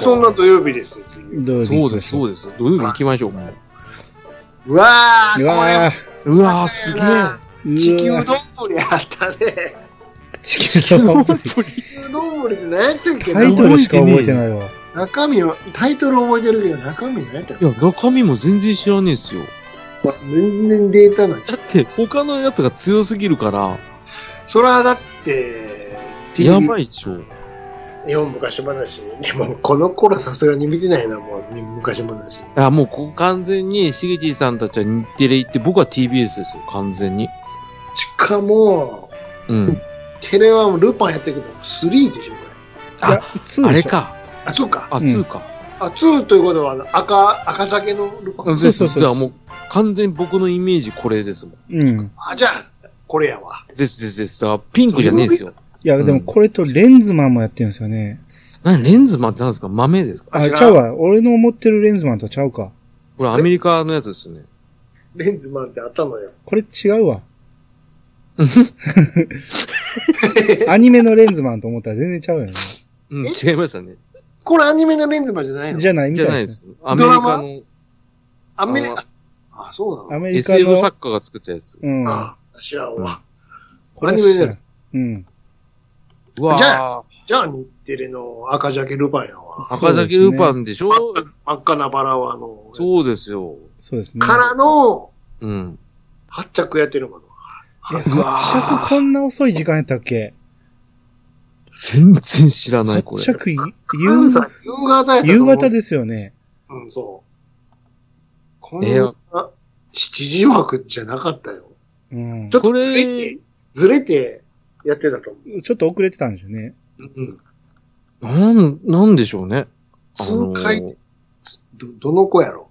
そんな土曜日ですよ、次。土曜日そうです、そうです。土曜日行きましょう、もうわー、うこれわう。うわー、すげえ。ー地球うどんわぶりあったね。地球の地球どんぶりって何やったっけタイトルしか覚えてないわ。中身は、タイトル覚えてるけど、中身何やったっいや、中身も全然知らねえっすよ。け全然データない。だって、他のやつが強すぎるから、それはだって、やばいでしょ。日本昔話。でも、この頃さすがに見てないな、もう、昔話。あ、もうここ完全に、しげちさんたちは日テレ行って、僕は TBS ですよ、完全に。しかも、うん。テレはルパンやったけど、3でしょ、こあいや、ツーあでれしょ。か。れ。あ、そうか。あ、うん2か。あ、2ということは、あの赤、赤酒のルパうン。ん、そうでそうす。そうじゃあもう、完全に僕のイメージこれですもん。うん。あ、じゃあ、これやわ。ですですです。だからピンクじゃねえですよ。いや、でもこれとレンズマンもやってるんですよね。何、レンズマンって何ですか豆ですかあ違うあ、ちゃうわ。俺の思ってるレンズマンとちゃうか。これアメリカのやつですよね。レンズマンってあったのよ。これ違うわ。 アニメのレンズマンと思ったら全然ちゃうよね。うん、え違いましたね。これアニメのレンズマンじゃないのじゃないみじたいゃないでですす。アメリドラカマのアメリあカ。あ、そうね。なアメリカ SF の。作家が作ったやつ。うん。のあ、知らんわ。これアニメじゃないうん。うわじぁ、じゃあ、日テレの赤鮭ルパンやわ。赤崎ルパンでしょ真っ赤なバラはあの、そうですよ。そうですね。からの、うん。発着やってるもの。え、発着こんな遅い時間やったっけ全然知らない、こ発れ。着い関夕西、夕方やったと夕思う方ですよね。うん、そう。こんえーな、七時枠じゃなかったよ。うん。ちちょょっとこれずれて、ずれてやってたと思う。っと遅れてたんですよね。うん。なん、なんでしょうね。あの通会ど、どの子やろ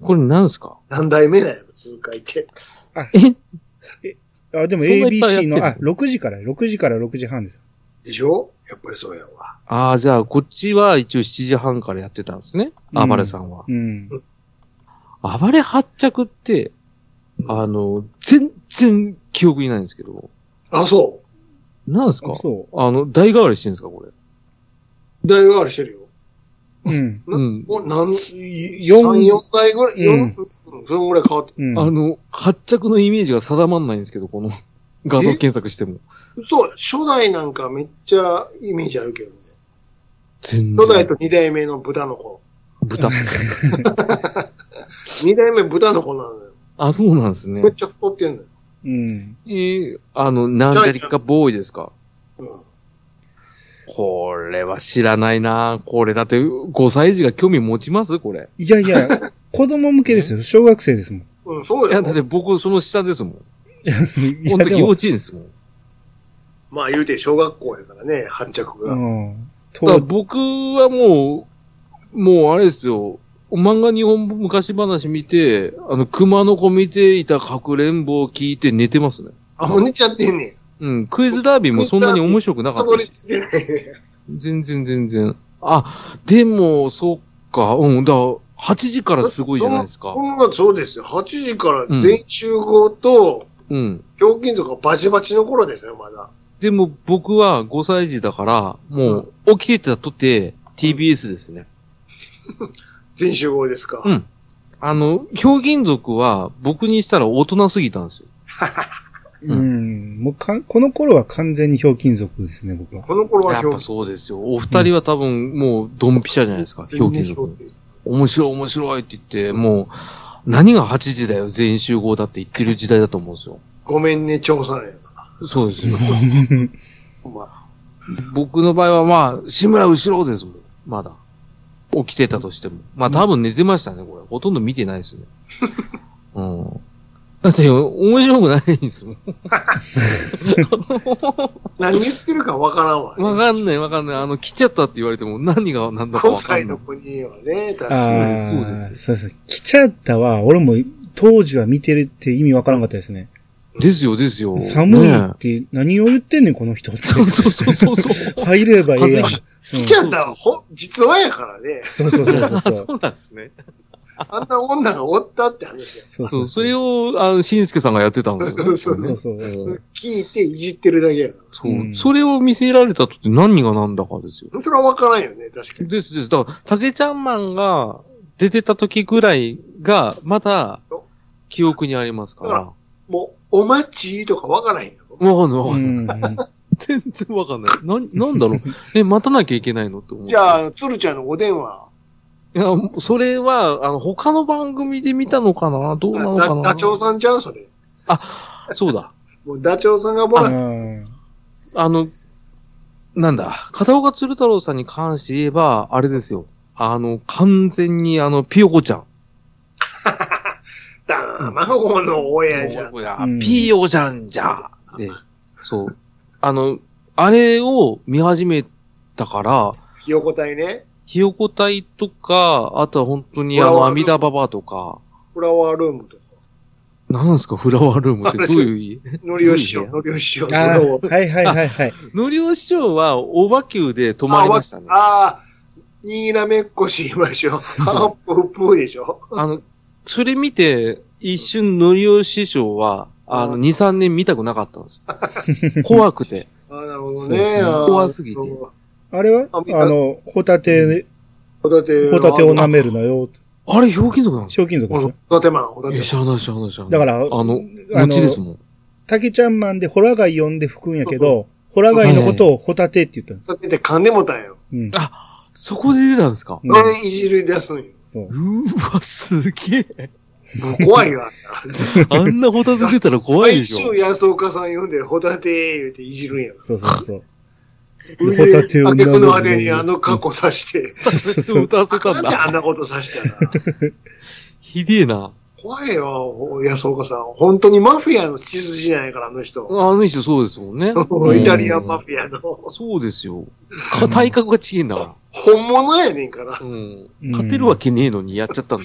これなんですか何代目だよ、通過って。えあ、でもそんないっぱいやっ ABC てんのの、あ、6時から、6時から6時半です。でしょやっぱりそうやわ。ああ、じゃあ、こっちは一応7時半からやってたんですね。うん暴れさんは。うん。暴れ発着って、あの、全然記憶にないんですけど、あ、そなんですかあそあの、代替わりしてるんですか、これ。う。代替わりしてるよ。 う。うん。うん。もう何、四三四代ぐらい、う四んうん、そのぐらい変わって。うん。あの、発着のイメージが定まんないんですけど、この画像検索しても。そう、初代なんかめっちゃイメージあるけどね。全初代然。と二代目の豚の子。 豚。二代目豚の子なのよ。あ、そうなんですねめ。っちゃ太ってんのよ。うん。えー、あの、なんちゃりかボーイですかうん。これは知らないなこれだって、5歳児が興味持ちますこれ。いやいや、 子供向けですよ。小学生です もん。うん、そういよや、だって僕その下ですもん。いこや、の時で幼も、稚園ですもん。まあ言うて小学校やからね、発着が。うん。だからと、僕はもう、もうあれですよ。漫画日本昔話見て、あの、熊の子見ていたかくれんぼを聞いて寝てますね。あ、もう寝ちゃってんねん。うん、クイズダービーもそんなに面白くなかたっどたりし。着いてないね。全然全然。あ、でも、そっか、うん、だから、8時からすごいじゃないですか。今月そうですよ。8時から全員集合と、うん。ひょうきん族がバチバチの頃ですよ、まだ。でも僕は5歳児だから、もう起きてたとて TBS ですね。全集合ですか。うんあの、表現族は僕にしたら大人すぎたんですよ。うん。もうかん、この頃は完全にひょうきん族ですね、僕は。この頃はやひっょうぱそうですよ。お二人は多分もうドンピシャじゃないですか、表現族。面白い面白いって言って、もう、何が8時だよ、全員集合だって言ってる時代だと思うんですよ。ごめんね、調査やそうですよ。お前。僕の場合はまあ、志村後ろですもん。まだ。起きてたとしても。まあ多分寝てましたね、これ。ほとんど見てないですね。 うん。だって、面白くないんですもん。何言ってるかわからんわ、ね。 わかんないわかんない。あの、来ちゃったって言われても何が何だか今わか回んなのい。国はね、確かに。ああ、そうですそうです。来ちゃったは、俺も当時は見てるって意味わからんかったですね。ですよ、ですよ。寒いねっ、て何を言ってんねん、この人って。 そうそうそう そうそう。入ればいいやん。外うん来ちゃったらほ、実話やからね。そうそうそうそうそそうなんですね。あんな女がおったって話や。 そうそう、それを、あの、しんすけさんがやってたんですよね。そうそうそう。うん聞いていじってるだけやかそうう。んそれを見せられたとって何が何だかですよ。ら。それはわからんよね、確かに。ですです。だから、竹ちゃんマンが出てた時ぐらいが、まだ、記憶にありますから。わもう、お待ちとかわからんよ。かんない、わかうんない。ん全然わかんない。な、な んだろう。え、待たなきゃいけないのって思う。じゃあ、鶴ちゃんのお電話、いや、それは、あの、他の番組で見たのかなどうなのかダなダチョウさんじゃん、それ。そうだ。もうダチョウさんがもうらっん。あの、なんだ、片岡鶴太郎さんに関して言えば、あれですよ。あの、完全にあの、ピヨコちゃん。た孫の親じゃん。いやうんピヨちゃんじゃ。で、そう。あの、あれを見始めたから、ひよこ隊ね。ひよこ隊とか、あとは本当にあフラの、ワー阿弥陀ババアとか、フラワールームとか。なんですか、フラワールームってどういう意味のりお師匠、いいねのりお師匠。あのーはいはいはいはい。のりお師匠は、おばきゅうで泊まりましたね。あああ、にらめっこしましょう。ハッププーでしょ。の、それ見て、一瞬のりお師匠は、あの、うん2、3年見たくなかったんですよ。 怖くて。ああ、なるほどそうですね。ねああ怖すぎてそうあれはああの、ホタテ、ホタテ。ホタテを舐めるなよ。あれ、ひょうきん族なんですか賞金属あでしホょタテマン、ホタいテや、知マン。らない、知らない、知らない。だから、あの、あ餅ですもん。竹ちゃんマンでホラ貝呼んで吹くんやけど、ホラ貝のことをホタテって言ったんです。ホタテって噛んでもたんよ。うん。そこで出たんですかうんこれいじり出すんよ。そう。うーわ、すげえ。怖いよ、あんあんなホタテ出たらな。怖いで毎し週 ょ。安岡さん呼んで、ホタテ言うていじるんや。そうそうそう。ほいホでタテをあ舐てめこるのなあてによあの過去さして。そうそうそそうう。歌わせたなんんであだ。んなことさしたら。ひでえな。怖いよ、安岡さん。本当にマフィアの血筋じゃないから、あの人。。あの人そうですもんねイタリアンマうんフィアの。そうですよ。か体格が違えんだから。本物やねんから。うん。うん勝てるわけねえのにやっちゃったんだ。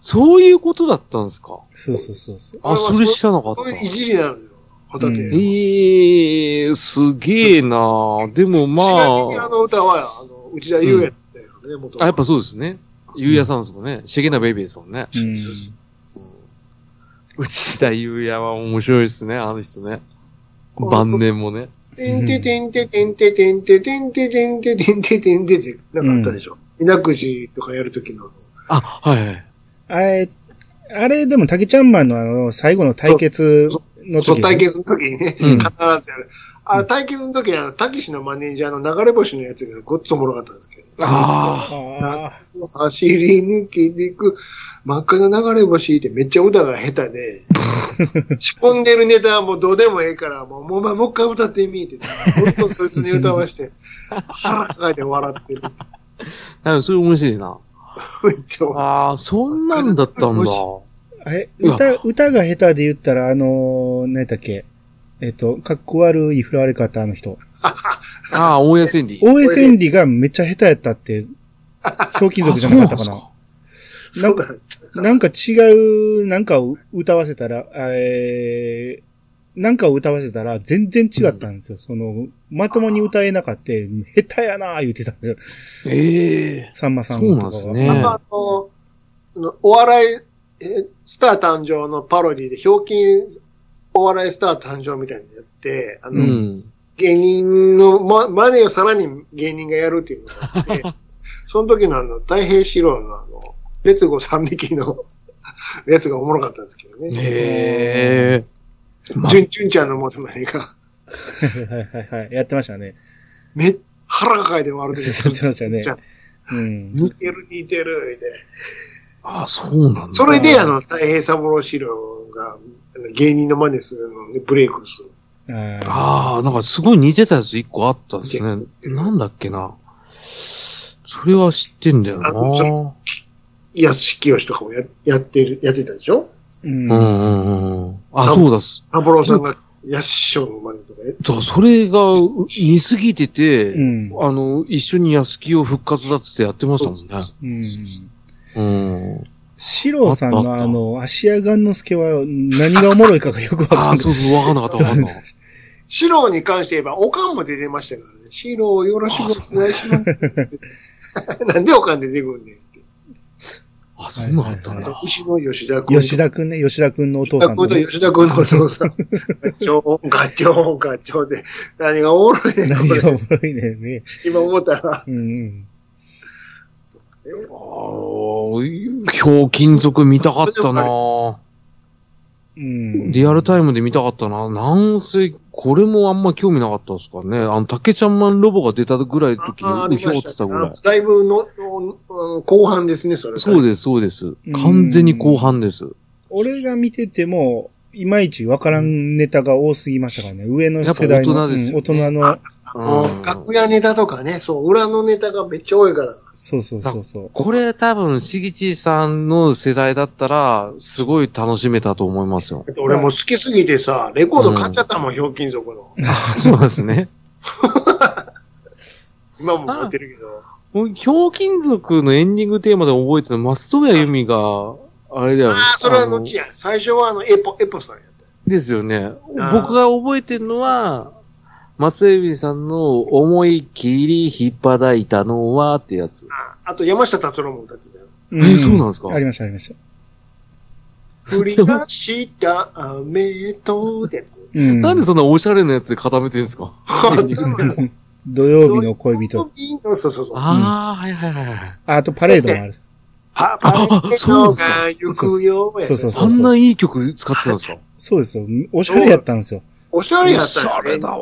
そういうことだったんですか。そうそうそうそう。あ、それ知らなかっそた。れいじりなのよ、ホタテ。うんええすげえなでもまちなみにああ、の歌は、あの内田優也だったよね、元はあ、やっぱそうですね。ゆうやさんですもんね。シェゲナベイビーですもんね。うん。内田優也は面白いですね、あの人ね。晩年もね。てんててんててんててんててんててんててんててんててんって、なんかあったでしょ。稲くじとかやるときの。あ、はいはい。あれ、あれでも竹ちゃんマンのあの、最後の対決のそう時、対決の時にね、うん必ずやる。あ対決の時にあの、たけしのマネージャーの流れ星のやつがごっつおもろかったんですけああど、走り抜けていく、真っ赤な流れ星ってめっちゃ歌が下手で、仕込んでるネタはもうどうでもええから、もう、もうお前もう一回歌ってみーって、ほんとそいつに歌わして、腹抱えて笑ってる。あ。なんかそれ面白いな。めっちゃ笑ああ、そんなんだったんだ。あ。あれ、うわ歌、歌が下手で言ったら、あのー、何やったっけえっと、かっこ悪い振られ方の人。ああ、大江千里。大江千里がめっちゃ下手やったって、表金属じゃなかったかあなな。なんんかか、なんか違う、なんかを歌わせたら、えー、なんかを歌わせたら全然違ったんですよ。その、まともに歌えなかった、下手やなー言ってたんですよ。そうかええさんまさんそとうなんかでは。すねあの、あのあのお笑い、えスター誕生のパロディで、ひょうきんお笑いスター誕生みたいなのやって、あの、うん。芸人のま、真似をさらに芸人がやるっていうのがあ って、その時のあの、太平四郎のあの、列語三匹のやつがおもろかったんですけどね。ええまあじゅんじゅんちゃんのもとまでが、 はいはいはいはい。やってましたね。めっ、腹抱えて笑っやてってる。ましたねじゃあ。うん。似てる似てる、で。ああ、そうなんだ。それで、あの、太平三郎四郎が、あの芸人の真似するので、ブレイクする。あああ、なんかすごい似てたやつ一個あったですね。なんだっけな。それは知ってんだよあそな。安志清とかもややってる、やってたでしょう。うんんううんんうん。あ、そうだっす。三郎さんが安志師匠の真似とかやだからそれがう似すぎてて、うん。あの、一緒に安木を復活だっつってやってましたもんね。うん。シローさんあったのあったあの、芦屋雁之助は何がおもろいかがよくわかんあなあ、い。そうそう、わかんなかった、わかんなかっ四郎に関して言えば、おかんも出てましたからね。四郎よろしくお願いします。なんでおかん出てくんねんって。た。 あ、そんなんあったんはいだ。牛の吉田君。吉田くんね、吉田くんのお父さんと君とね、吉田君のお父さん。ガチョーン、ガチョーン、ガチョーンで、何がおもろいねん、何こがれ。おもろいねんね。今思ったら。うんうん。あーひょうきん族見たかったなうん。リアルタイムで見たかったななんせ、これもあんま興味なかったですからね。あの、竹ちゃんマンロボが出たぐらいの時あーあに、りうひょましうってたたぐらい。だいぶの、のの後半ですね、それ。そうす。です、そうです。完全に後半です。俺が見てても、いまいちわからんネタが多すぎましたからね。上の世代の。やっぱ大人ですよねうん大人の、あのうん楽屋ネタとかね、そう、裏のネタがめっちゃ多いから。そうそうそうそう。これ多分、しぎちさんの世代だったら、すごい楽しめたと思いますよ。 俺も好きすぎてさ、レコード買っちゃったもん、ひょうきん族の。そうなんですね。今も持ってるけど。もうひょうきん族のエンディングテーマで覚えてるの、松任谷由実が、あれだよねああ、それはあの後や。最初はあの、エポ、エポさんやった。ですよね。僕が覚えてるのは、松江美さんの思い切り引っ張いたのはってやつ。ああと、山下達郎も歌ってたよ。えそうなんですかありました、ありました。降り出 した雨とってや つ。うん。なんでそんなオシャレなやつで固めてるんですか、 土曜日の恋人。そうそうそう。ああ、はいはいはいはい。ああとパレードもある。パパレットが行くよやつ。そうそうそうあんないい曲使ってたんですかそうですよ。おしゃれやったんですよ。おしゃれやったおしゃよねれだわ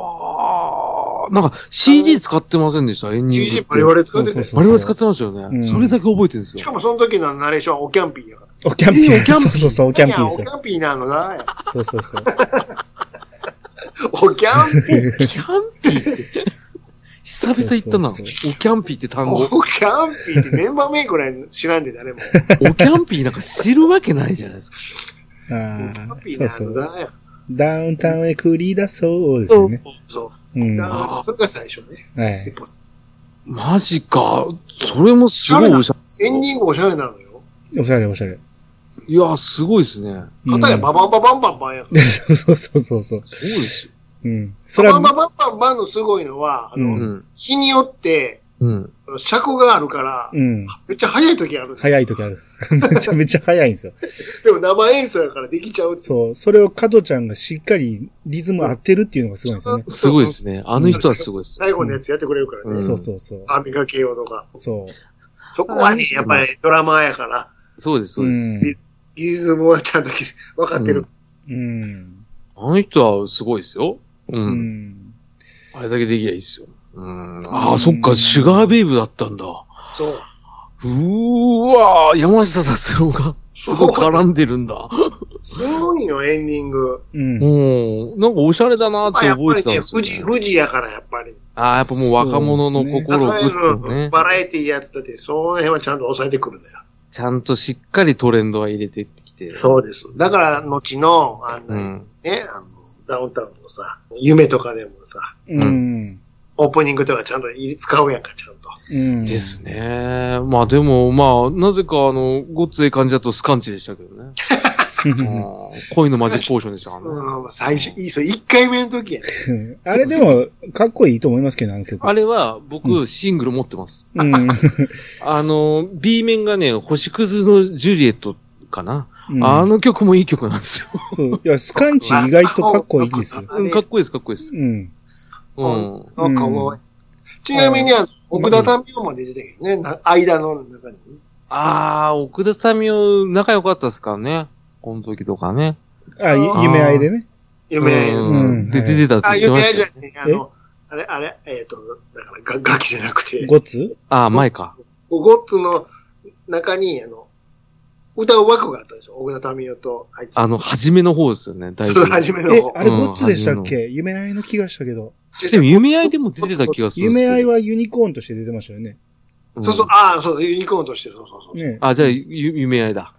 ー。なんか CG 使ってませんでしたエンディング CG バリバリ使そっうてそたよ。うそう。我々使ってましたよね、うんそれだけ覚えてるんですしよか。もその時のナレーションはおキャンピーやから。おキャンピえーおキャー。ンピそーうそうそう、おキャンピーいやでおキャンピーなのな。すよ。そうそうそう。おキャンピ ー。キャンピーって。久々言ったな。そうそうおキャンピーって単語。おキャンピーってメンバー名ぐらい知らんで誰も。おキャンピーなんか知るわけないじゃないですか。おキあャあン、ピーそうそなのう。な。ダウンタウンへ繰り出そうですよね。そうう。ん。だはからそれが最初ね。い。マジか。それもすごいおしゃエンディングおしゃれなのよ。おしゃれおしゃれ。れ。いや、すごいですね。うん片やババンババンバンバンやから。そうそうそうそう。すごいですよ。うん。それババはン、ババンバンバンのすごいのは、あうの、うん。日によって、うん。尺があるから、うん。めっちゃ早い時あるんですよ早い時ある。 めちゃめちゃ早いんですよ。でも生演奏やからできちゃうって。そう。それを加藤ちゃんがしっかりリズム合ってるっていうのがすごいんですよね。すごいですね。あの人はすごいです。最後のやつやってくれるからうんね。そうそうそう。アミガケ用とか。そそこはね、やっぱりドラマーやから、そうです、う。そううです。ん。リズムはちゃんと分かってる。うん。あの人はすごいですよ。う。うんん。あれだけできりゃいいですよ。うん。ああ、そっか、シュガーベイブだったんだ。そう。うーわー、山下達郎が、すごい絡んでるんだ。すごいよ、エンディング。うんう。ん。なんかおしゃれだなーっまあてやっぱ覚えてりたんね、ですよ、富士、ね。富士やから、やっぱり。ああ、やっぱもう若者の心をグ高いッとねの、。バラエティやつだって、その辺はちゃんと抑えてくるんだよ。ちゃんとしっかりトレンドは入れてってきて。そうです。だから、後の、あうの、ん。ね、あの、ダウンタウンのさ、夢とかでもさ、うん。オープニングとかちゃんと入れ使うやんか、ちゃんと。うん。です。ね。まあでも、まあ、なぜかあの、ごっつええ感じだとスカンチでしたけどね。うん恋のマジックポーションでしたからね。うん、最初、いい、そう、1回目の時やね。 あれでも、かっこいいと思いますけど、あの曲。あれはう僕シングル持ってます。うん。うんあの、B 面がね、星屑のジュリエットかな。あの曲もいい曲なんですよ。そう。いや、スカンチ意外とかっこいいですよ。あれ うんかっこいいです、かっこいいです。うん。うん。なんかもう、ちなみに、あの、奥田民生も出てたけどね、な間の中にね。ああ、奥田民生仲良かったですからね。この時とかね。あ、ゆ夢あいでね。夢、うんで、うん出てたってあ、言ってま夢しじたゃねよ。あの、あれ、あれ、えっ、と、だからが、ガキじゃなくて、ゴツああ、前か。ゴッツの中に、あの、歌う枠があったでしょ奥田民生と、あいつ。あの、初めの方ですよね、だいぶ。初めのえ、方あれゴツでしたっけ夢あいの気がしたけど。でも、夢合いでも出てた気がするんですけ夢ど。あいはユニコーンとして出てましたよね。うんそうそう、ああ、そう、ユニコーンとして、そうそうそう。ね。あ、じゃあ、ゆ夢合いだ。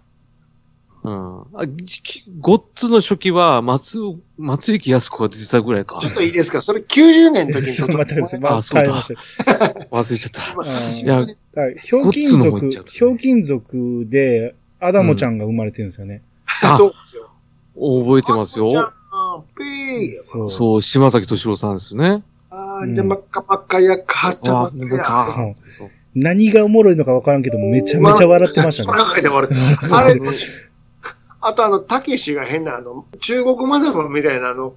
うん。あ、じきごっつの初期は、松、松雪康子が出てたぐらいかちょ。っといいですかそれ90年の時にち そょっう、と。またです。まあ、あそう変だえました。忘れちゃった。うんいや、だからひょうきんゴッツの方行族、っちゃうとねひょうきん族で、アダモちゃんが生まれてるんですよね。あそうですよ。覚えてますよ。あー。ピーそう。そう、島崎敏郎さんですね。あー、で、真っ赤真っ赤や、かっちゃあまっなんかや。かうんそう何がおもろいのかわからんけど、めちゃめちゃ笑ってましたね。腹かいて笑ってた。あれ、あとあの、たけしが変なあの、中国マダムみたいなあ の、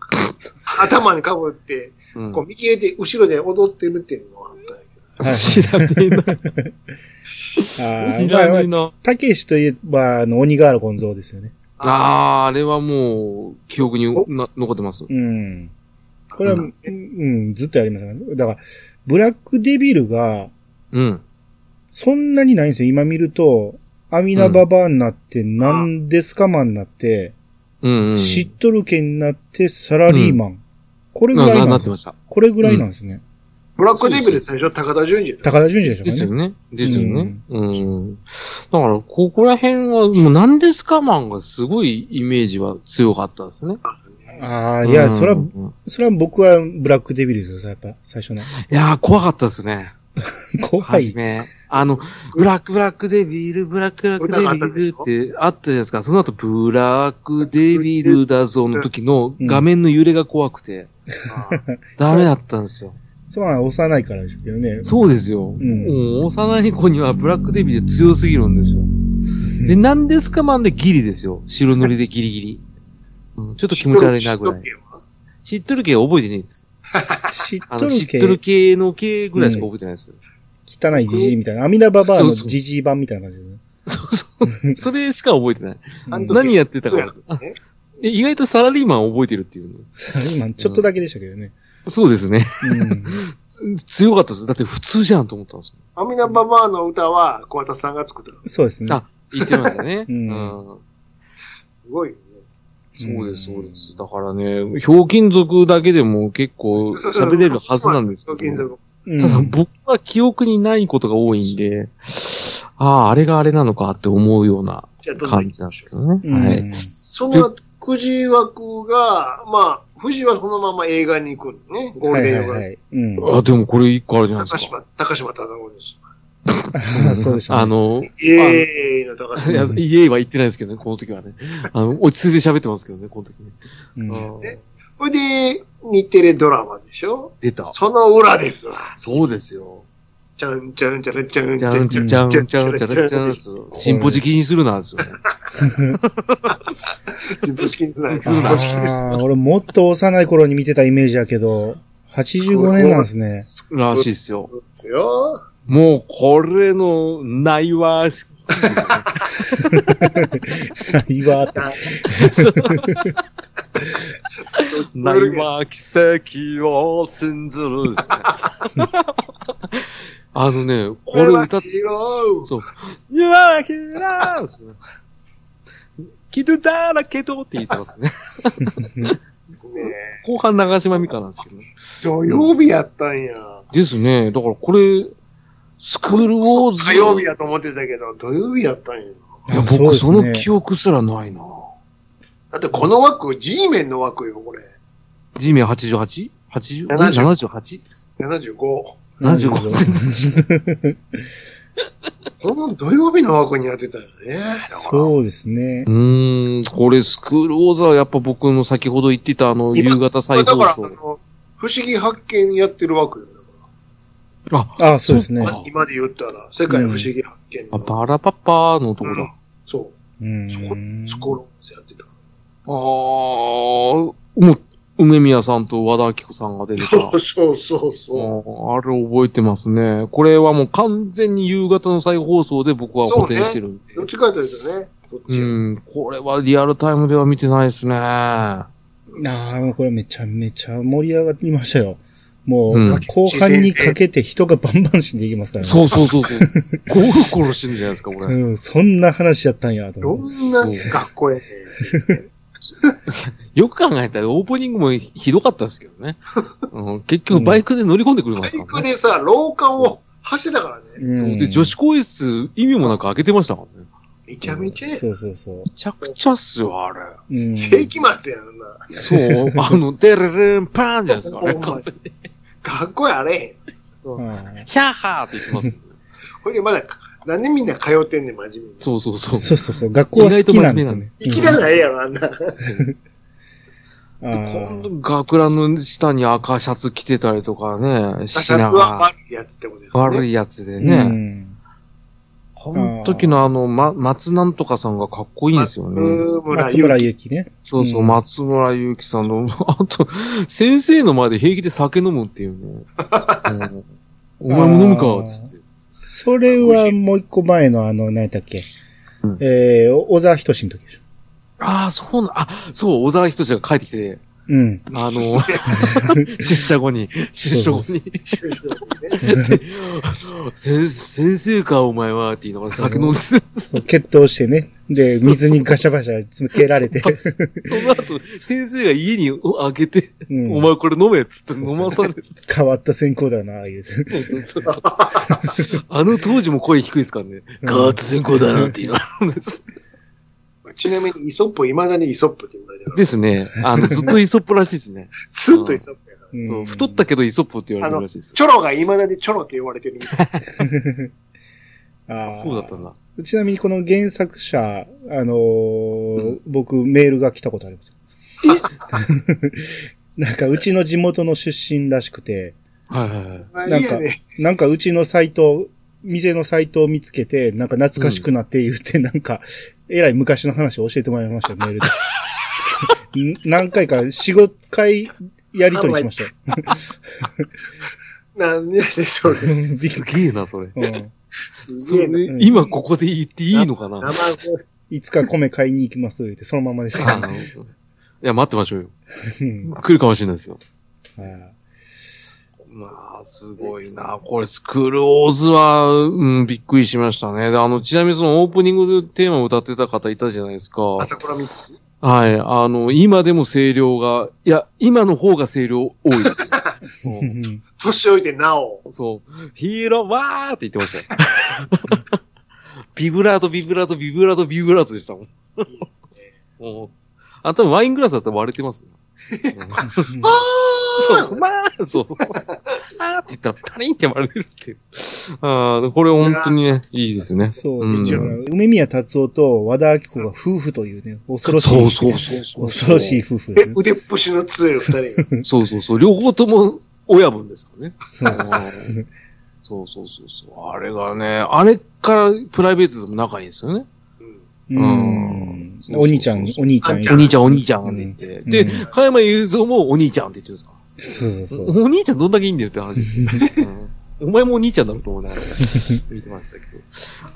頭にかぶって、うんこう見切れて、後ろで踊ってるっていうのがあったんやけはい 知らねえな。あ知ーまあらまねあえな。たけしといえば、あの、鬼瓦ゴンゾーですよね。ど。ああ、あれはもう、記憶におな残ってます。うん。これは、ううんん、うんずっとやりましたね。だから、ブラックデビルが、うん。そんなにないんですよ。今見ると、アミナババアになって、なんですかマンになって、うん、うん。しっとるけになって、サラリーマン。これぐならいなななんっですてまよ。した。これぐらいなんですね。ブラックデビル最初、高田純次やった。高田純次でしょうですよね。ね。ですよね。うん。だから、ここら辺は、もう、なんですかマンがすごいイメージは強かったですね。ああ、いや、うんそれうは、んそれは僕はブラックデビルですよ、やっぱ、最初の。いやー、怖かったですね。怖。はいじめ。あの、ブラックブラックデビル、ブラックブラックデビルってあったじゃないですか。その後、ブラックデビルだぞの時の画面の揺れが怖くて、ダメだったんですよ。そうは幼いからでしょうけどね。そうですよ。んもう幼い子にはブラックデビル強すぎるんですよ。で、なんですかマンでギリですよ。白塗りでギリギリ。うん、ちょっと気持ち悪いなぐらい。知っとる系は覚えてないです。知っあとの、る知っとるけ、系の系ぐらいしか覚えてないです。汚いじじいみたいな。アミナババアのそうそうじじい版みたいな感じでね。そう そう。それしか覚えてない。あの時何やってたかそう分かんない。やねで意外とサラリーマン覚えてるっていうの。サラ リーマン、ちょっとだけでしたけどね。そうですね。うん。強かったです。だって普通じゃんと思ったんですよ。アミナババアの歌は、桑田さんが作ったの。そうですね。あ言ってましたね。う うんん。すごいよね。そうです、そうです。だからね、ひょうきん族だけでも結構喋れるはずなんですけ金ど、属うんただ僕は記憶にないことが多いんで、ああ、あれがあれなのかって思うようなじゃあどんどん感じなんですけどね。うんはい。その藤枠が、まあ、藤はそのまま映画に行くのね。ゴーはルデいンは映い画。はい。うん。あ、でもこれ一個あるじゃないで高す島、か。高島忠夫です。あ そうでしたね。あの、イエーイの高い島。や、家は言ってないですけどね、この時はね。あの、落ち着いて喋ってますけどね、この時ね。うん、うんえこれで、日テレドラマでしょ出た。その裏ですわ。そうですよ。ちゃんちゃんちゃらちゃんじちゃゃんんじちゃゃんんじちゃゃんんちゃんじゃんじちゃゃらんじちゃんじゃゃんん。ですよ。チンポジ気にするな、ですよね。人物気につない。ああ、俺もっと幼い頃に見てたイメージやけど、85年なんですね。 らしいですよ。そうですよ。もう、これの内は、いわーって。内は奇跡を信ずるですね。 あのね、これ歌って、ろそう。ゆらひらーですね。傷だらけどって言ってますね。 ですね。後半長島美香なんですけどね。土曜日やったんや。ですね。だからこれ、スクールウォーズ。火曜日やと思ってたけど、土曜日やったんや。いや、う僕ですそねの記憶すらないな。だってこの枠、G メンの枠よ、これ。ジミー 88?80? 70 78? 75。 75この土曜日の枠にやってたよね。う。そうですねう。ーん、これスクールウォーズはやっぱ僕の先ほど言ってたあの、今夕方こ再れだ放から、あの送。、不思議発見やってる枠よ。あ、ああ、そうですねだ。から今で言ったら、世界不思議発見あの。パラパッパーのとこだ。そうそんう。。スコローズやってた。あー、もう、梅宮さんと和田明子さんが出てた。 そうそうそうあそう。ーあれ覚えてますね。これはもう完全に夕方の再放送で僕は固定してるんで。どっちかというとね、どっちやうん、これはリアルタイムでは見てないですね。あああ、もうこれめちゃめちゃ盛り上がってましたよ。もう、うん後半にかけて人がバンバン死んでいきますからね。そうそうそう そう。ゴロゴロしてるんじゃないですか、これ。うん、そんな話やったんや、とど思って。んな学校やねよく考えたらオープニングもひどかったですけ どね。うん、結局バイクで乗り込んでくれん。ます体か育らね。でさ、廊下を走ってたからね。うんそうで、女子更衣室意味もなく開けてましたからね。めちゃめちゃや、そうそうそう。めちゃくちゃっすよ、あれ。うん。世紀末やんな。そう、あ の、デレレンパーンじゃないですか、あれ。ほんま完に全に。学校やあれへん。そう。はいヒャーハーって言ってますけどね。ほいでまだ、なんでみんな通ってんねん、真面目に。そうそうそう。そうそうそう。学校は好きなんですよね。生きたらええやろ、あんな。あ今ー度、学ランの下に赤シャツ着てたりとかね、しシャなツはが悪いやつってことですら、ね。悪い。いやつでうね。ん。この時のあの、ま、松なんとかさんがかっこいいんですよね。松村松ゆ村うゆきね。そうそう、うん松村ゆうきさんの、あと、先生の前で平気で酒飲むっていう ね。うんお前も飲むか、つって。それはもう一個前のあの、何やったっけ。うんえー、小沢仁志の時でしょ。ああ、そうな、あ、そう、小沢仁志が帰ってきて、うん。あの、出社後に、出所後に、先先生か、お前は、って言いながら酒飲んで、そそう決闘してね。で、水にガシャガシャ詰けられ て。の後、先生が家に開けて、うんお前これ飲め、っつってそうそう飲まされる。変わった先行だな、いう。そうそうそうそう。あの当時も声低いですからね。変わった先行だな、って言いながら飲んで。ちなみに、イソップ、未だにイソップって言われてる。ですね。あの、ずっとイソップらしいですね。ずっとイソップやから。うんそう、太ったけどイソップって言われてるらしいです。チョロが未だにチョロって言われてるみたいな。あーそうだったんだ。ちなみにこの原作者、あのー僕メールが来たことありますよ。 なんかうちの地元の出身らしくて、はいはいはい。まあ、なんいいかやね。なんかうちのサイト、店のサイトを見つけて、なんか懐かしくなって言って、なんか、えらい昔の話を教えてもらいましたよ、メールで。 ん何回か、4、5回やりとりしましたよ。なんやね、それ。すげえな、それ。うんすげえな。うん今ここで言っていいのかな生声いつか米買いに行きます、言って、そのままです。あのいや、待ってましょうよ。うん来るかもしれないですよ。はいまあ、すごいな。これ、スクローズは、うん、びっくりしましたね。であの、ちなみにそのオープニングでテーマを歌ってた方いたじゃないですか。朝倉みたいに。はい。あの、今でも声量が、いや、今の方が声量多いですよ。う うんんうん年老いてなお。そう。ヒーロー、わーって言ってましたよ。 ビブラート、ビブラート、ビブラート、ビブラートでしたもん。 もうあ、多分ワイングラスだったら割れてますよ。うんそうそう、まあ、そうそう。あーって言ったらパリンって割れるっていう。ああ、これ本当にね、いいですね。そうですうんね。だから梅宮達夫と和田明子が夫婦というね、恐ろしい。そうそうそうそう恐ろしい夫婦でえすね、。腕っぷしの強い二人が。そうそうそう。両方とも親分ですからね。そううんそうそうそうそう。あれがね、あれからプライベートでも仲いいんですよね。うんううんん。お兄ちゃん、お兄ちゃん。おお兄ちゃん、お兄ちゃんって言って。うんで、うん加山雄三もお兄ちゃんって言ってるんですかそうそうそう。お兄ちゃんどんだけいいんだよって 話ですよ。うんお前もお兄ちゃんだろうと思いながら見てましたけど。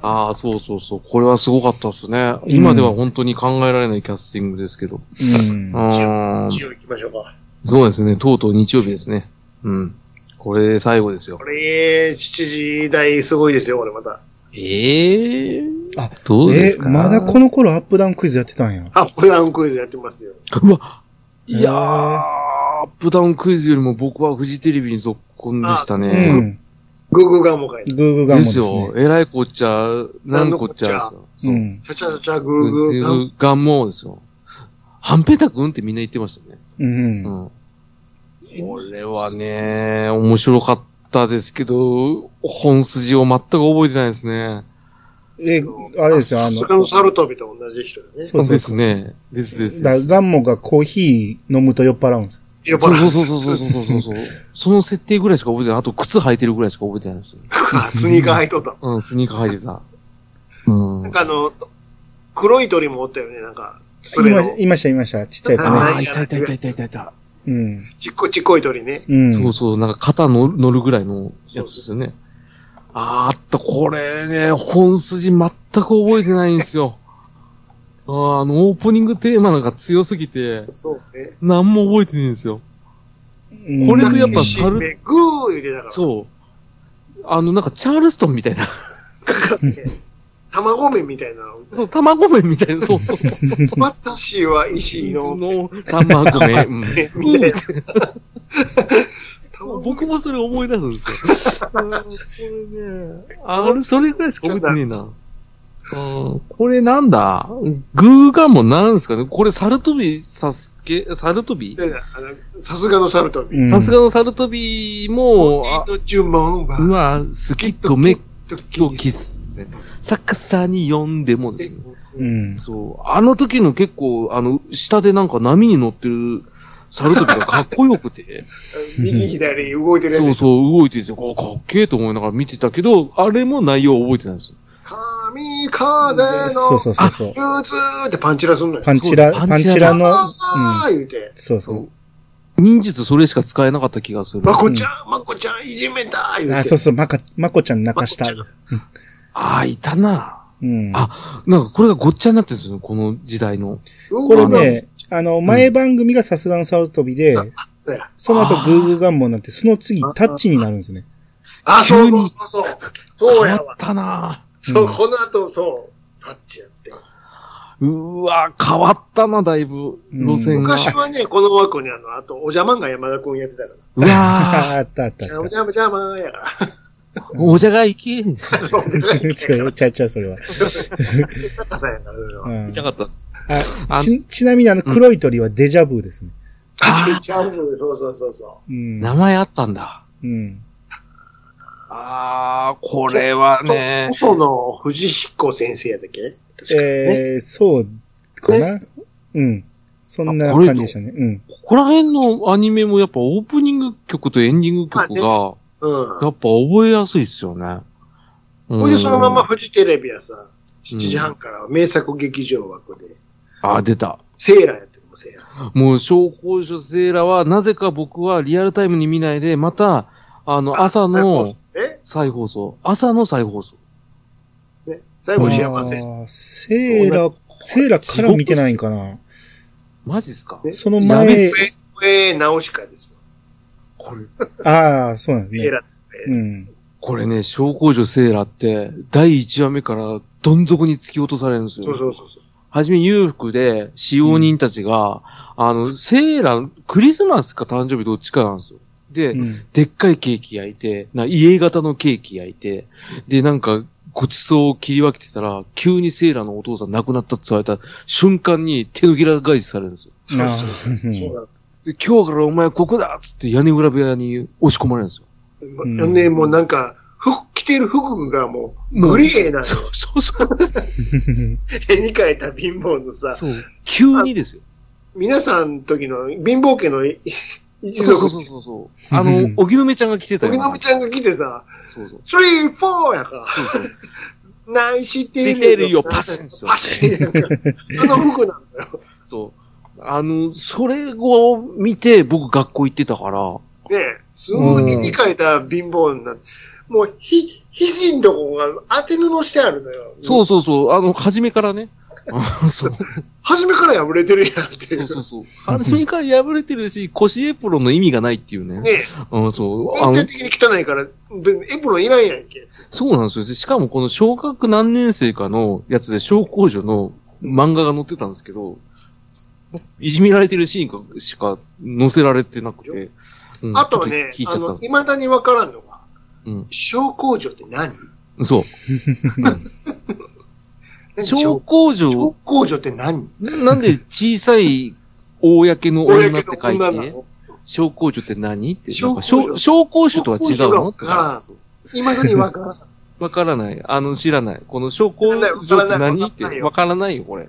ああ、そうそうそう。これはすごかったですね。今では本当に考えられないキャスティングですけど。うん。あー一応行きましょうか。そうですね。とうとう日曜日ですね。うん。これで最後ですよこ。れ、7時台すごいですよ、俺また。ええあどうでえす、かまだこの頃アップダウンクイズやってたんや。アップダウンクイズやってますよ。うわいやー、へーアップダウンクイズよりも僕はフジテレビに続婚でしたうね。ん。グーグーガモかい。グーグーガンでもですすねよ。。えらいこっちゃ、なんこっちゃですよ。そうう。ん。ちゃちゃちゃちゃグーグーガモ。ガンモーですよ。ハンペタ君ってみんな言ってましたね。うん。うん。これはね、面白かったですけど、本筋を全く覚えてないですね。え、あれですよ、あの。それのサルトビと同じ人よね。そうそうでそすう。ね。ですですだかでらす。ガンモがコーヒー飲むと酔っ払うんですよ。やっぱそうり、そうそうそうそうそうそうそう。その設定ぐらいしか覚えてない。あと靴履いてるぐらいしか覚えてないですよ。スニーカー履いとった。うん、スニーカー履いてた。うなんん。かあの、黒い鳥もおったよね、なんか。それ今の、いました、いました。ちっちゃいですね。ああ、いたいたいたいたいたいた。うん。ちっこちっこい鳥ね。うん。そうそう、なんか肩の乗るぐらいのやつですよね。あーっと、これね、本筋全く覚えてないんですよ。 あーあの、オープニングテーマなんか強すぎて、そうね。何も覚えてないんですよ。うんこれとやっぱ新猿芽、グー言うてたから。そう。あの、なんかチャールストンみたいな、 卵麺みたいな。そう、卵麺みたいな、そうそうそうそう。私は石井の。の卵麺。うん みたいなそう僕もそれ思い出すんですよ。うんこれね、あれ、それぐらいしか覚えてねえな。うん、これなんだグーガンもなんですかねこれ猿飛びサスケ、猿飛びであのさすがのサルトビ。うんさすがの猿飛びも、あの注文は、うわ、好きっとめっドとキス。逆さに呼んでもですね。うん。そう。あの時の結構、あの、下でなんか波に乗ってる猿飛びがかっこよく て、右左動いてるやつそうそう動いてて、あ、かっけえと思いながら見てたけど、あれも内容覚えてないんですよ。神風の、そうそうそうそう。ルーツーってパンチラすんのよ。パンチラ、そうパンチラの、うん。あー言うて。そうそう。忍術それしか使えなかった気がする。まこちゃん、まこちゃん、いじめたー言うて。あ、そうそう、まか、まこちゃん泣かした。まこああ、いたな。うん。なんかこれがごっちゃになってるんですよ、この時代の。うんこれ、ね、あの、前番組がさすがの猿飛びで、その後グーグーガンモンになって、その次タッチになるんですね。あ、そうそうそうそう。そうや変わわっ。たな。そう、うんこの後、そう、タッチやって。うーわ、変わったな、だいぶ、路線が。昔はね、この枠にあの、あと、おじゃまんが山田くんやってたかうわああったあったあら。っおじゃまじゃまーやから。ーおじゃがいけん。 そう、でかいた。ちゃちゃちゃ、それは。高さやから、それはうん見たかった。ああち、ちなみにあの黒い鳥はデジャブですね。ああちっちゃうそうそうそうそうん。名前あったんだ。うん。ああ、これはう。ねそ、細野藤彦先生やったっけ確かね。えー、そうかな。うん。そんな感じでしたね。うん。ここら辺のアニメもやっぱオープニング曲とエンディング曲が、うん。やっぱ覚えやすいっすよね。ほいで、そのままうん。フジテレビはさ、7時半から名作劇場枠で、ああ、出た。セーラーやってるもん、セーラー。もう、小公女セーラは、なぜか僕はリアルタイムに見ないで、また、あの、朝の、え再放送。朝の再放送。ね、最後幸せ。あーセーラ、セーラから見てないんかな。マジっすかねそのやべっ前、すええ、直しかですよ。これ、ああ、そうなんですセーね。ラー。うん。これね、小公女セーラって、第1話目から、どん底に突き落とされるんですよ。そうそうそうそう。はじめ裕福で、使用人たちが、あの、セーラ、クリスマスか誕生日どっちかなんですよ。で、うんでっかいケーキ焼いて、な家型のケーキ焼いて、で、なんか、ごちそうを切り分けてたら、急にセイラのお父さん亡くなったって言われた瞬間に手のひら返しされるんですよ。なあそうなんで、今日からお前ここだっつって屋根裏部屋に押し込まれるんですよ。んだね、もうなんか、服、着てる服がもう、もうグレーなの。そうそうそう。絵に描いた貧乏のさ、 そう急にですよ。皆さんの時の貧乏家のい一そうそう族、そうそうそう。あの、荻野目ちゃんが来てたよ。時のみちゃんが来てさ、そうそう。スリー、フォーやから、そうそう。何してるしてるよパスですよパスやからあの服なんだよ。そう。あの、それを見て僕学校行ってたから、ねえ、すごい絵に描いた貧乏になって、もう、ひ、肘のとこが当て布してあるのよ。そうそうそう、あの、初めからね。あそう。初めから破れてるやんって。そうそうそう。初めから破れてるし、腰エプロンの意味がないっていうね。ねえ、うん、そう。あ全の体、的に汚いから、エプロンいらんやんけ。そうなんですよ。しかもこの小学何年生かのやつで、小公女の漫画が載ってたんですけど、いじめられてるシーンかしか載せられてなくて。うんあとはね、ちょっあと聞の、いちゃっ未だにわからんのが、た。うん小工場って何そう。何小小公女小、工場って何なんで小さい公の女って書公いの女なて、の小公女って何って、なんか小公女小小公主とは違うの小公女がそう未だにわからん。わからない。あの、知らない。この小工場って何ってわからないよ、これ。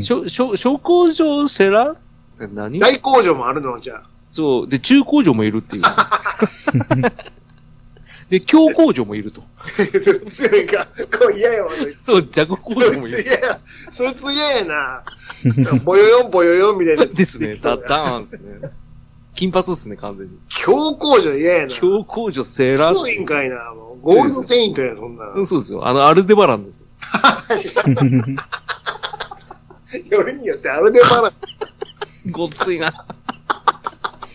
小小小工場セラって何大工場もあるのじゃあ。 そう。で、中工場もいるっていう。で、強工場もいると。強いか。これ嫌やわ、そいつ。そう、弱工場そもいいつる。嫌や。そいつ嫌やな。 ぼよよんぼよよんみたいな。で すね。だ、ダーンですね。金髪ですね、完全に。強工場嫌やな。強強工場セラいんかいな。もうゴールドセイントや、そんなの。うんそうですよ。あの、アルデバランですよ。よりによってあれでまだ、ごっついな。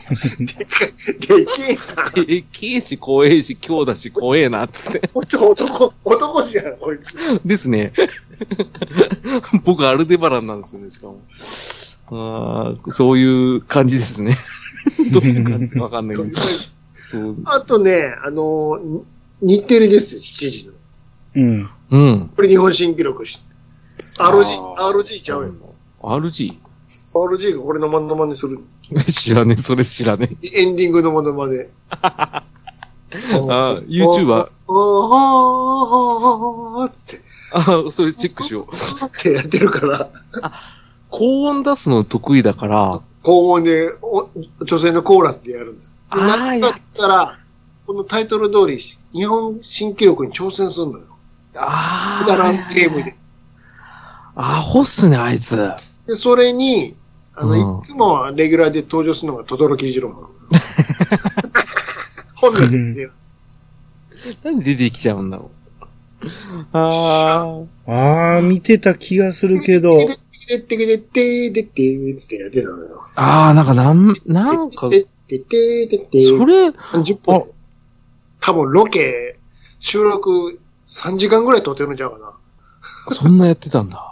でかい、でけえな。ええ、軽視怖えし、強だし怖えな、つって。こいつ男、 男じゃん、こいつ。ですね。 僕、アルデバランなんですよね、しかも。あーそういう感じです ね。どういう感じかわかんないけど。そう。あとね、あのー、に日テレですよ、7時の。うん。うん。これ日本新記録し。RG、あー RG ちゃうよ。 RG? RG がこれのまんのまねする。知らねえ、それ知らねエンディングのまんのま ね。え。あー、YouTuber。ああ、ああ、つって、あーそれチェックしよう。ってやってるから。高音出すの得意だから、高音でお女性のコーラスでやるんだ。ああ、なやんだったら、このタイトル通り、日本新記録に挑戦するのよ。あくだらんあ、ゲームで。アホっすね、あいつ。で、それに、あの、うんいつもはレギュラーで登場するのが轟二郎なの。本来で、なんで出てきちゃうんだろう。あああ、見てた気がするけど、てってけてってでってーつってやってたのよ。あ、ああ、なんかなん、なんか、てってってってって、それ、 30分。多分ロケ、収録3時間ぐらい撮ってるんちゃうかな。そんなやってたんだ。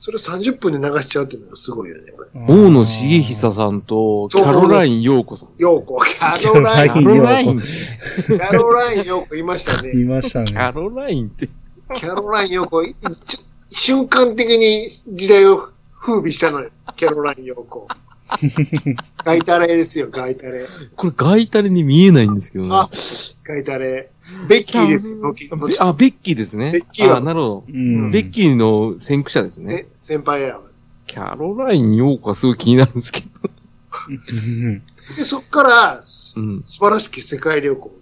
それ30分で流しちゃうっていうのがすごいよね、これ。 大野茂久さんと、キャロライン陽子さん。ようこ、キャロライン、キキャロライ陽ン子ャロラインようこいましたね。いましたキね。ャロラインって。キャロライン陽子、いち瞬間的に時代を風靡したのよ。キャロライン陽子。ガイタレですよ、ガイタレ。これ、ガイタレに見えないんですけどね。あ、ガイタレ。ベッキーですよ、のきのべきあ、ベッキーですね。ベッキーはあ、なるほうど。んベッキーの先駆者ですね。ね、先輩や。キャロライン陽子はすごい気になるんですけど。うんで、そっから、素うん。晴らしき世界旅行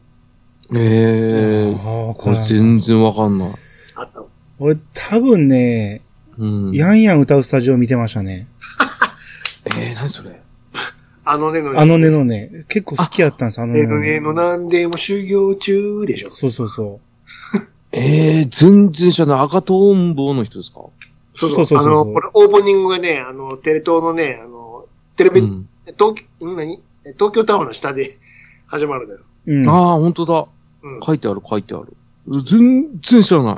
ええー。ああ、ここれれ、全然わかんない。あったの。俺多分ね、うん。ヤンヤン歌うスタジオ見てましたね。えー、何それ。あのねのね、あのねのね、結構好きやったんです、あのねねのねのなんでも修行中でしょ。そうそうそええー、全然知らない。赤とんぼの人ですかそうそうそうそうそうあの、これオープニングがね、あの、テレ東のね、あの、テレうビ、ん。東京、ん何東京タワーの下で 始まるのよ。う。うん。ああ、本当だ。うん。書いてある、書いてある。全然知らない。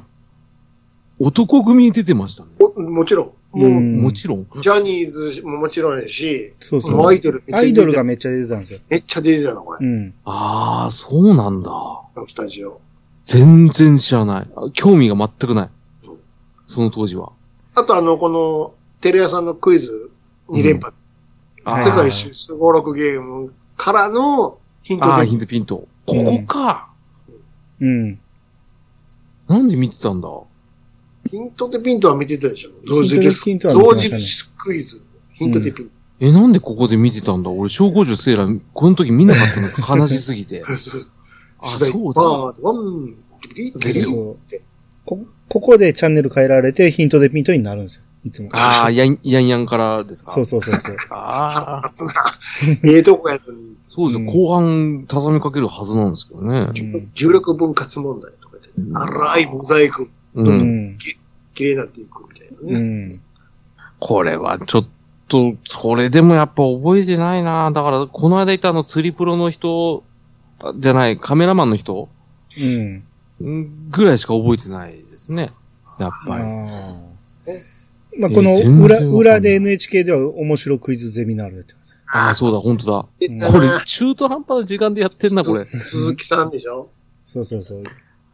男組に出てましたね。おもちろん。もう、うんもちろん。ジャニーズももちろんやし、そうもうアそうイ。ドルめっちゃアイ出てドたルがめっちゃ出てたんですよ。めっちゃ出てたの、これう。ん。ああ、そうなんだ。スタジオ。全然知らない。あ興味が全くない。その当時は。あとあの、この、テレ朝のクイズ2連覇。はい世界一周周すごろくゲームからのヒントあーあー、でヒントピント。ここか。うん。なんで見てたんだヒントでピントは見てたでしょ。ヒントでピントは見て同まし時たねクイズ。ヒントでピンえ、なんでここで見てたんだ俺、小五十セーラー、この時見なかったのか悲しすぎて ト。。あ、主題そうだ。ワードワン、ピリピリですよそうこ、ここでチャンネル変えられてヒントでピントになるんですよ。いつも。ああ、やん、やんやんからですかそうそうそうそう。ああ、熱な。ええとこやのに、そうですよ。うん後半、畳みかけるはずなんですけどね。うん16分割問題とかで、荒いモザイク、う。うんん。綺麗になっていくみたいなうね。ん。これはちょっと、それでもやっぱ覚えてないな。だから、この間いたあの釣りプロの人、あじゃない、カメラマンの人うん。んぐらいしか覚えてないですね。やっあぱり。あえ。まあ、こえの全然わ裏、かんない裏で NHK では面白クイズゼミナールやってます。ああ、そうだ、本当でうんだ。これ、中途半端な時間でやってんな、これ。鈴木さんでしょそうそうそう。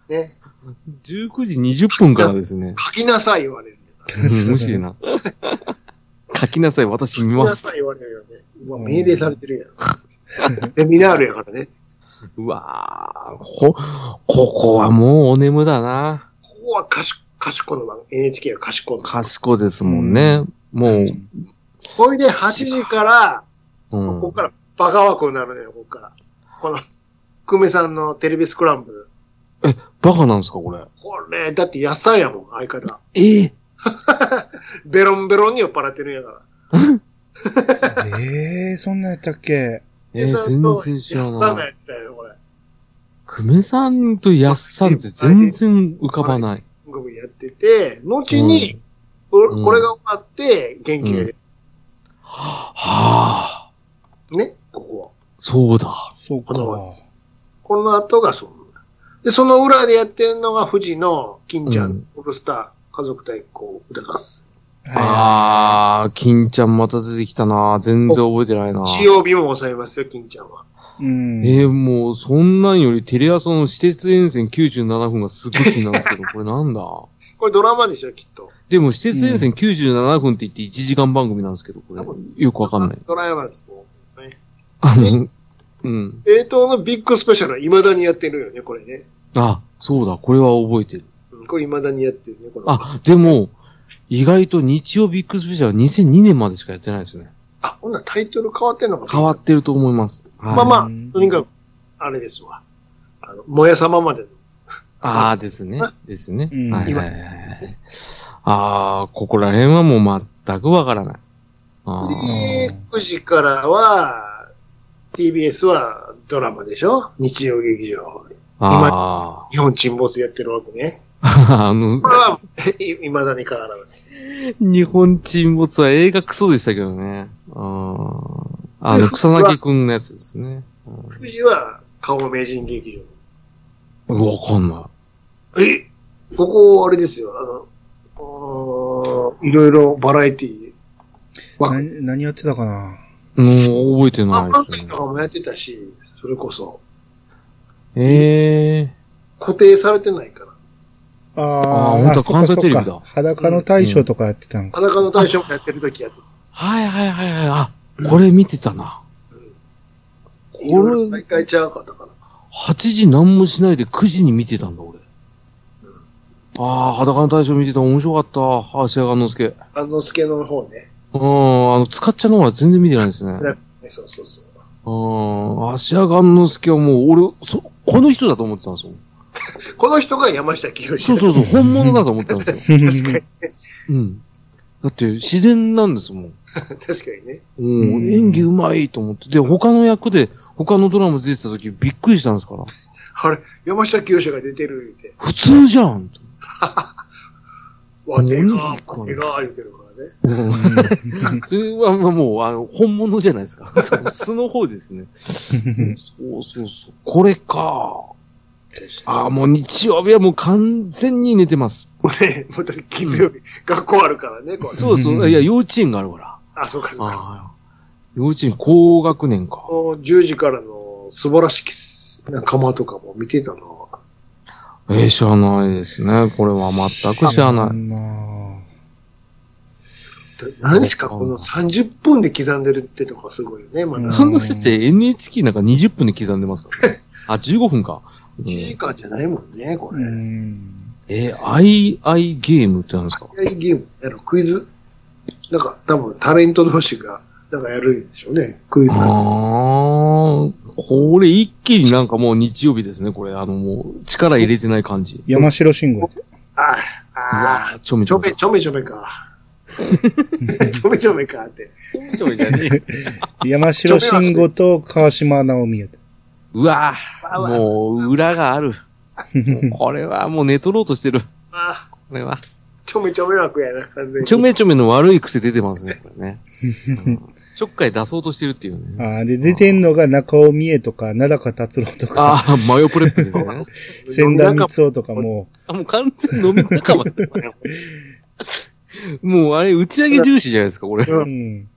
ね。 19時20分からです ね。書きなさい言われる。うん、無視な。書きなさい、私書見きまなすさ。い言われるよね。うわ、命令されてるやん。セミナールやからね。うわぁ、こ、ここはもうお眠だな。ここは賢賢の番、NHK は賢の番。賢いですもんね。もう、ほいで8時から、うこん。こからバカ枠になるのよ、ここから。この、久米さんのテレビスクランブル。バカなんですか、これ。これ、だって野菜やもん、相方。ええベロンベロンに酔っ払ってるんやから。ええ、そんなんやったっけええ全然知らやったない。やったよ、これ。久米さんとやっさんって全然浮かばない。韓国やってて、後に、んここれが終わって、元気が出る。はあ、ね、ここは。そうだ。そうか。この後がそう。で、その裏でやってるのが富士の金ちゃん、うんオールスター、家族対抗歌合戦。はああ、金ちゃんまた出てきたな。全然覚えてないな。日曜日も抑えますよ、金ちゃんは。い。うん。ええもう、そんなんよりテレ朝の私鉄沿線97分がすごい気になるんです けど、これなんだこれドラマでしょ、きっと。でも、私鉄沿線97分って言って1時間番組なんですけど、これ多分、よくわかんない。ドラマだと思うね。あの、 うん。冷凍のビッグスペシャルは未だにやってるよね、これね。あ、そうだ、これは覚えてる。うんこれ未だにやってるね、これ。あ、でも、意外と日曜ビッグスペシャルは2002年までしかやってないですね。あ、ほんならタイトル変わってんのか変わってると思います。はいまあまうあん、とにかく、あれですわ。あの、もや様までの。ああ、ですね。ですね。うんはいはいはいはい。ああ、ここら辺はもう全くわからない。あーでうん、 9時からは、TBS はドラマでしょ日曜劇場。あ日本沈没やってるわけね。 ー。あのこ、れは、いまだに変わらない。日本沈没は映画クソでしたけどね。あーあの、草薙くんのやつですね。うん富士は、顔名人劇わかんな場。えここ、あれですよ。あの、うーんいろいろバラエティー。わな何やってたかな。い。もう覚えてまなあ、い関です西ねとか。もやってたし、それこそ、ええ固定されてないから。ああーーほんとそっかそっか関西テレビだ裸の大将とかやってたんか。裸の大将もやってる時やつ。はいはいはいはい。あ、これ見てたな。いろいろこれ毎、回ちゃうかったから。 8時何もしないで9時に見てたんだ、俺。ああ、裸の大将見てた。面白かった。あー、シェアガンのすけ。安之助の方ね。うん、あの、使っちゃうのは全然見てないですね。うん、そうそうそう。あー、シェアガンのすけはもう、俺、そ、この人だと思ってたんですよ。この人が山下清そうそうう。そう、本物だと思ってたんですよ。うん。だって、自然なんですもん。確かにね。ううんん、演技うまいと思って。で、他の役で、他のドラマ出てた時びっくりしたんですから。あれ、山下清が出てる言うて。普通じゃんってわ、手が何こ、れ手が言うてるからね。それはもう、あの、本物じゃないです か。そう素の方ですね。そうそうそう。これか。ああ、もう日曜日はもう完全に寝てます。これ、また金曜日、学校あるからね、これ。そうそう。いや、幼稚園があるから。あ、そうかそうか。ああ。幼稚園、高学年か。この10時からの素晴らしき仲間とかも見てたな。えー、知らないですね。これは全く知らうない。んま何ですか、この30分で刻んでるってとかすごいよね、まだ。うん1そんな人って NHK なんか20分で刻んでます からね。あ、15分か。うん時間じゃないもんね、こあうれ。んえー、アイ、アイゲームってなんですかいやいいゲームやろ、クイズ。なんか、多分タレント同士が、なんかやるんでしょうね、クイズ。ああ、これ一気になんかもう日曜日ですね、これ。あのもう、力入れてない感じ。山城信号。ああ、うわああ、ーちょめちちょょめめ。ちょめちょめか。ちょめちょめかって。ちょめちょめじゃねえ。山城信号と川島直美やった うわーもう、裏がある。もうこれはもう寝取ろうとしてる。ああ、これは。ちょめちょめ楽やな、完全に。ちょめちょめの悪い癖出てますね、これね。うんちょっかい出そうとしてるっていうね。あーで、出てんのが中尾美恵とか、名高達郎とか、ああ、マヨプレップですね。千田光夫とかも、あ、もう完全に飲み仲間。もうあれ、打ち上げ重視じゃないですか、これ。ううん。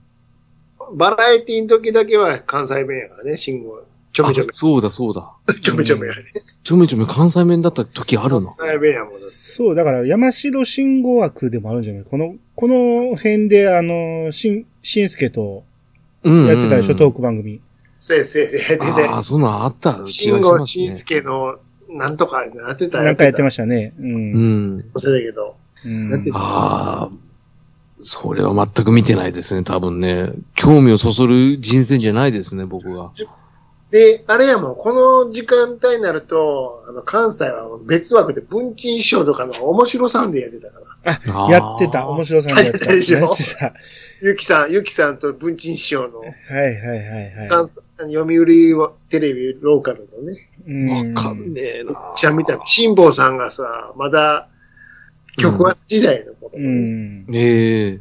バラエティの時だけは関西弁やからね、信号。ちょめちょあそうだ、そうだ。め。ちょめちょめやね。ちょめちょめ関西弁だった時あるな。関西弁やもんだ。そう、だから山城信号枠でもあるんじゃないこの、この辺で、あの、しん、しんすけとうん、やってたでしょ、トーク番組。せいせいせい、でねああ、、そんなんあった気信がし号、ますしんすね。けの、なんとかなってたなんかやってまましたね。う。うんん。したけど。うんやってたああ、それは全く見てないですね、多分ね。興味をそそる人生じゃないですね、僕が。で、あれやもん、この時間帯になると、あの、関西は別枠で文鎮師匠とかの面白さんでやってたから。あーやってた。面白さんがやってた。やってたでしょやってた。ゆきさん、ゆきさんと文鎮師匠の、はいはいはいは関西、読売はテレビローカルのね、い。うわかんねえな。ちゃんみたいな。辛坊さんがさ、まだ、曲は時代の頃、うん。ええ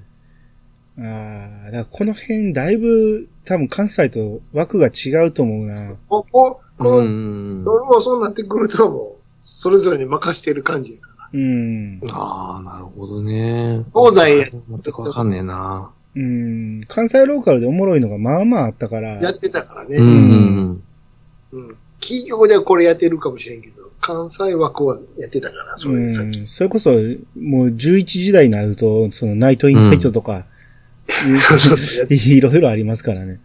ああ、だからこの辺だいぶ多分関西と枠が違うと思うな。ここ、こうの、ん。それもそうなってくると、もう、それぞれに任してる感じやから。うん。ああ、なるほどね。東西全くわかんねえな。うん。関西ローカルでおもろいのがまあまああったから。やってたからね。ううん。ん。企業ではこれやってるかもしれんけど、関西枠はやってたから、そうれさっき。ん。それこそ、もう11時台になると、そのナイトインナイトとか、そうそうそういいろいろありますからね。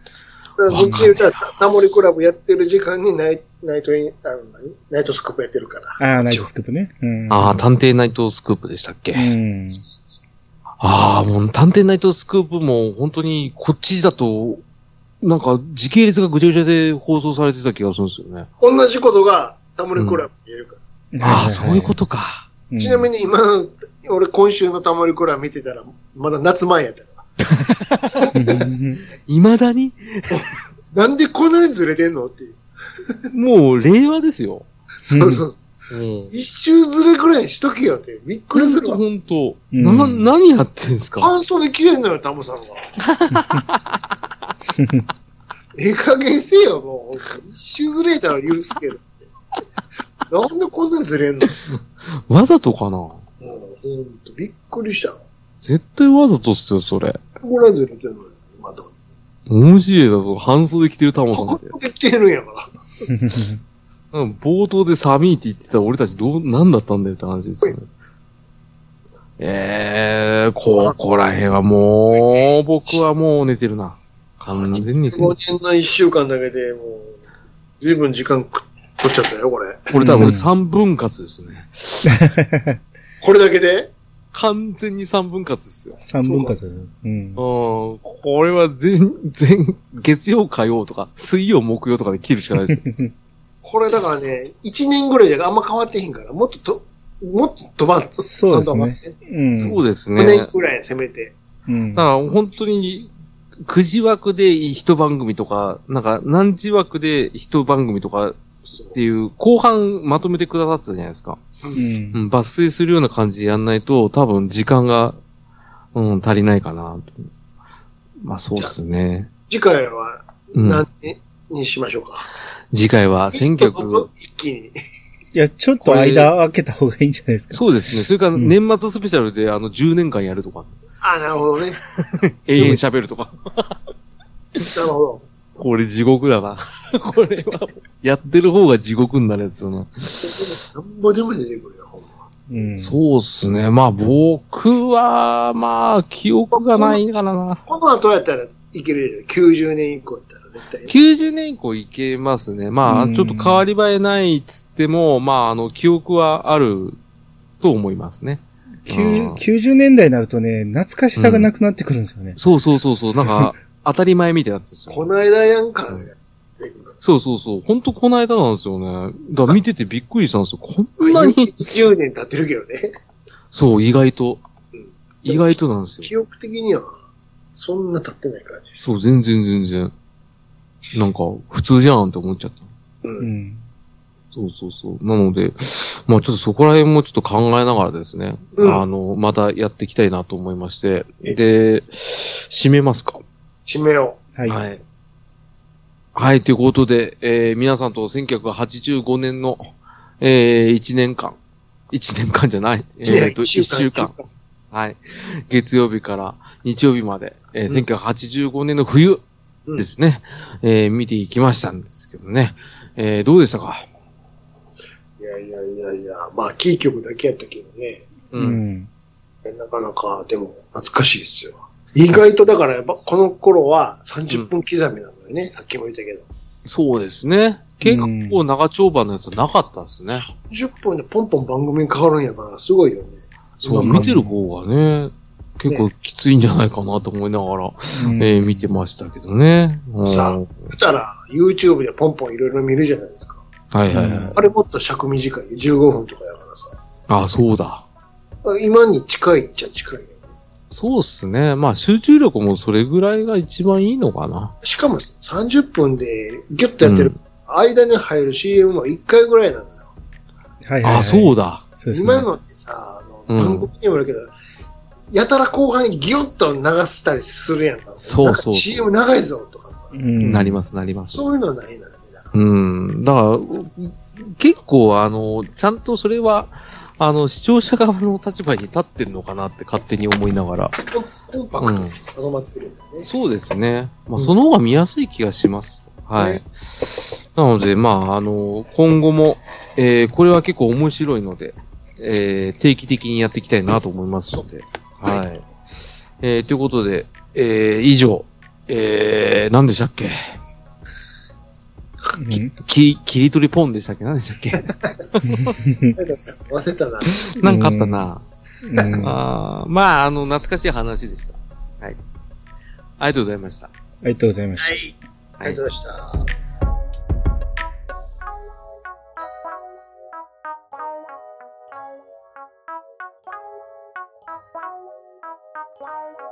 だからどっち言うたら、タモリクラブやってる時間にナイナイトイン、あの、何ナイトスクープやってるから。ああ、ナイトスクープね。うん。ああ、探偵ナイトスクープでしたっけ。うん。ああ、もう探偵ナイトスクープも本当にこっちだと、なんか時系列がぐちゃぐちゃで放送されてた気がするんですよね。同じことがタモリクラブに言えるから。ああ、そういうことか。とちなみに。に今、俺今週のタモリクラブ見てたら、まだ夏前やったから。うん未だになんでこんなにずれてんのっていう。もう令和ですよ。うん。一周ずれぐらいしとけよって。びっくりするわ。本当うんな、何やってんすか半袖着れんのよ、タ モさんが。ええ加減せよ、もう。一周ずれたら許すけど。なんでこんなにずれんのわざとかなもう、ほんと、びっくりした。絶対わざとっすよ、それ。これはずれてんのよ、まだ。面白いだぞ、半袖着てるタモさんこって。こで着てるんやから。うん冒頭で寒いって言ってた俺たちどう、何だったんだよって話ですよね。ええー、ここら辺はもう、僕はもう寝てるな。完全に寝て5る。年の1週間だけでもう、随分時間く取っちゃったよ、これ。俺多分3分割ですね。これだけで完全に3分割ですよ。三分割だね。うんうん、。これは全、全、月曜火曜とか、水曜木曜とかで来てるしかないですよ。これだからね、1年ぐらいじゃあんま変わってへんから、もっとと、もっと飛ばんと。そうですねうん。そうです5年ね。ぐらいせめて。うんだから本当に、9時枠で一番組とか、なんか何時枠で一番組とかそうっていう、後半まとめてくださってたじゃないですか。うんうん、抜粋するような感じでやんないと、多分時間が、うん、足りないかなと。まあそうっすね。次回はうん何。に,、しましょうか。次回は1900、一気に。いや、ちょっと間開けた方がいいんじゃないですか。そうですね。それからうん年末スペシャルで、あの、10年間やるとか、あ、なるほどね。永遠喋るとか。なるほど。これ地獄だな。 これは、やってる方が地獄になるやつだな。なんぼでも出てくるよ、ほんま。うん。そうっすね。まあ僕は、まあ、記憶がないからな。この後やったらいけるよ。90年以降やったら絶対。 90年以降いけますね。まあ、うんちょっと変わり映えないっつっても、まあ、あの、記憶はあると思いますね。きゅう90年代になるとね、懐かしさがなくなってくるんですよね。そうそうそうそう、なん か、当たり前みたいになってるんですこよ。の間やんか。うん出てくるそうそうそう。ほんとこの間なんですよね。だから見ててびっくりしたんですよ。こん なに、 10年経ってるけどね。そう、意外とうん。意外となんですよ。記憶的には、そんな経ってない感じ。そう、全然全然。なんか、普通じゃんって思っちゃった。うんうん。そうそうそう。なので、まあちょっとそこら辺もちょっと考えながらですね、うんあの、またやっていきたいなと思いまして、で、締めますか。締めよはい。はい。はい、ということで、えー皆さんと1985年の、え1年間、1年間じゃない、う。えーと、いや1週間。。はい。月曜日から日曜日まで、えーうん1985年の冬うんですね、えー見ていきましたんですけどね、えーどうでしたかいやいやいやいや、まあ、キー局だけやったけどね。う。ん。なかなか、でも、懐かしいですよ。意外とだから、やっぱこの頃は30分刻みなのよね。さっきも言ったけど。そうですね。結構長丁場のやつなかったですね。 10分でポンポン番組変わるんやから、すごいよね。そう、なんか見てる方がね、結構きついんじゃないかなと思いながら、えー見てましたけどね。うんさ見たら、YouTube でポンポンいろいろ見るじゃないですか。はいはいはい。あれもっと尺短い。15分とかやからさ。あ、そうだ。今に近いっちゃ近いよね。そうっすね。まあ集中力もそれぐらいが一番いいのかな。しかも30分でギュッとやってる、間に入る CM は1回ぐらいなのよ。はいはいはい。あ、そうだ。だ。そうですね今。のってさ、あの、うん韓国にもあるけど、やたら後半にギュッと流したりするやんか。そうなそうんか CM 長いぞとかさ、うんなりますなります。そういうのはないのよね。だからうん。だから、結構、あの、ちゃんとそれは、あの、視聴者側の立場に立ってんのかなって勝手に思いながら。コンコンパクトにまとまってるんだよね。そうですね。まうんあ、その方が見やすい気がします。はい。ねなので、まあ、あの、今後も、えー、これは結構面白いので、えー、定期的にやっていきたいなと思いますので。はい。えー、ということで、えー、以上、えー、何でしたっけうんき、切 り取りポンでしたっけ何でしたっけ忘れたな。なんかあったな。うんああーまあ、あの、懐かしい話でした。はい。ありがとうございました。りがとうございました。い。あはりいがとうございました。 Thank you.